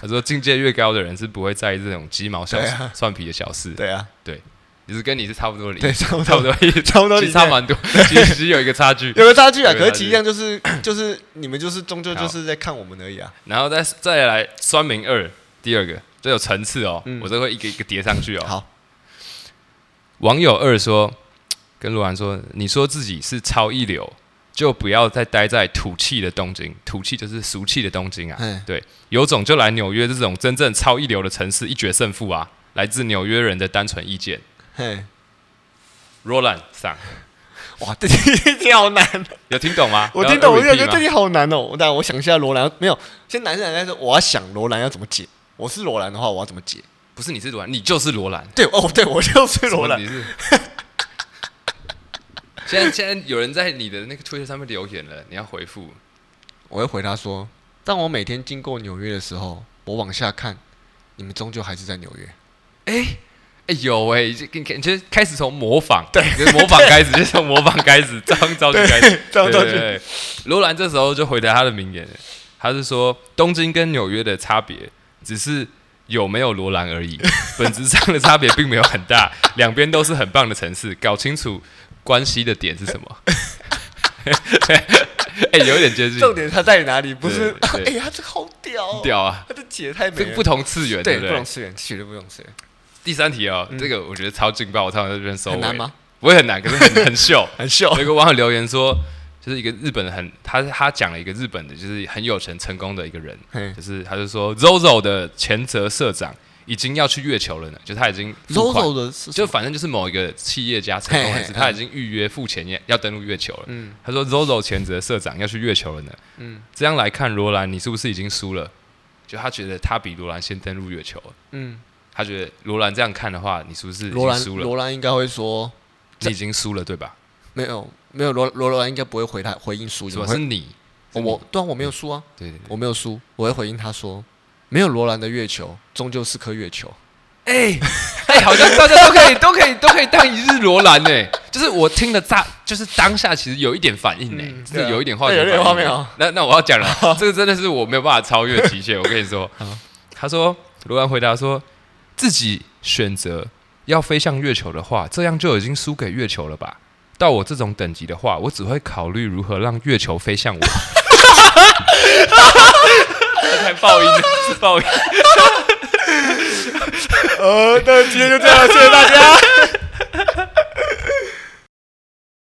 他说，境界越高的人是不会在意这种鸡毛小
对
事、
啊
蒜皮的小事。
对啊，
对，其实跟你是差不多的理，
对，差不
差不
多
多意思，
差不多
其
理
实差
念。
蛮多，其实其实有一个差距。
有个差距啊，
有个
可是
差
其实
距
一样就是就是你们就是终究
好
就是在看我们而已啊。
然后再再来酸民二第二个，这有层次哦，
嗯
我这会一个一个叠上去哦。
好，
网友二说，跟罗兰说，你说自己是超一流，就不要再待在土气的东京，土气就是俗气的东京啊。
嗯，
对，有种就来纽约这种真正超一流的城市一决胜负啊！来自纽约人的单纯意见。
嘿，
罗兰上
哇，这题 这题好难，
有听懂吗？
我听懂，我
有
感觉这题好难哦。我但我想一下罗兰，没有，先难是难在是我要想罗兰要怎么解。我是罗兰的话，我要怎么解？
不是你是罗兰，你就是罗兰。
对哦，对我就是罗兰，
你是现在现在有人在你的那个 Twitter 上面留言了，你要回复。
我会回答说：当我每天经过纽约的时候，我往下看，你们终究还是在纽约。
哎、哎、有哎、已经你看，就是开始从模仿，对，模仿开始，就从模仿开始， 张造句开始，
张造句
对对对罗兰这时候就回答他的名言了，他是说东京跟纽约的差别只是有没有罗兰而已，本质上的差别并没有很大，两边都是很棒的城市，搞清楚关系的点是什么。 哎、有一点接近，
重点它在哪里？不是，
对
哎
对
呀，它这个好屌、哦，
屌啊！
它的解太美
这个
了，
不同次元，
对，
不
不
对
同？次元，绝对不同次元。
第三题哦，这个我觉得超劲爆，我常常在这边收尾。
很难吗？哦
不会很难，可是很 很秀。
很秀
有一个网友留言说，就是一个日本的很，他他讲了一个日本的，就是很有成成功的一个人
嘿，
就是他就说 ZOZO 的前泽社长已经要去月球了呢，就是他已经付款
Zozo 的是
就反正就是某一个企业家成功人士，
嘿嘿
他已经预约付钱要要登陆月球了。
嗯
他说 Zozo 前职的社长要去月球了呢。
嗯
这样来看，罗兰你是不是已经输了？就他觉得他比罗兰先登陆月球了，
嗯，
他觉得罗兰这样看的话，你是不是已
罗
经
兰
输了？
罗兰应该会说
你已经输了对吧？
没有没有罗罗兰应该不会回他回应输赢，
什么
会
是嗯你？
我我对啊我没有输啊，
对对对，
我没有输，我会回应他说没有罗兰的月球终究是颗月球。
哎 哎，好像大家都可以都可以都可以当一日罗兰呢、就是我听了炸，就是当下其实有一点反应呢、
嗯
真的
对啊
有一点画面反应，
对有点画面哦
那那我要讲了，这个真的是我没有办法超越的极限。我跟你说，他说罗兰回答说，自己选择要飞向月球的话，这样就已经输给月球了吧？到我这种等级的话，我只会考虑如何让月球飞 向我。 太爆音了，是爆音。
呃，那今天就这样，谢谢大家。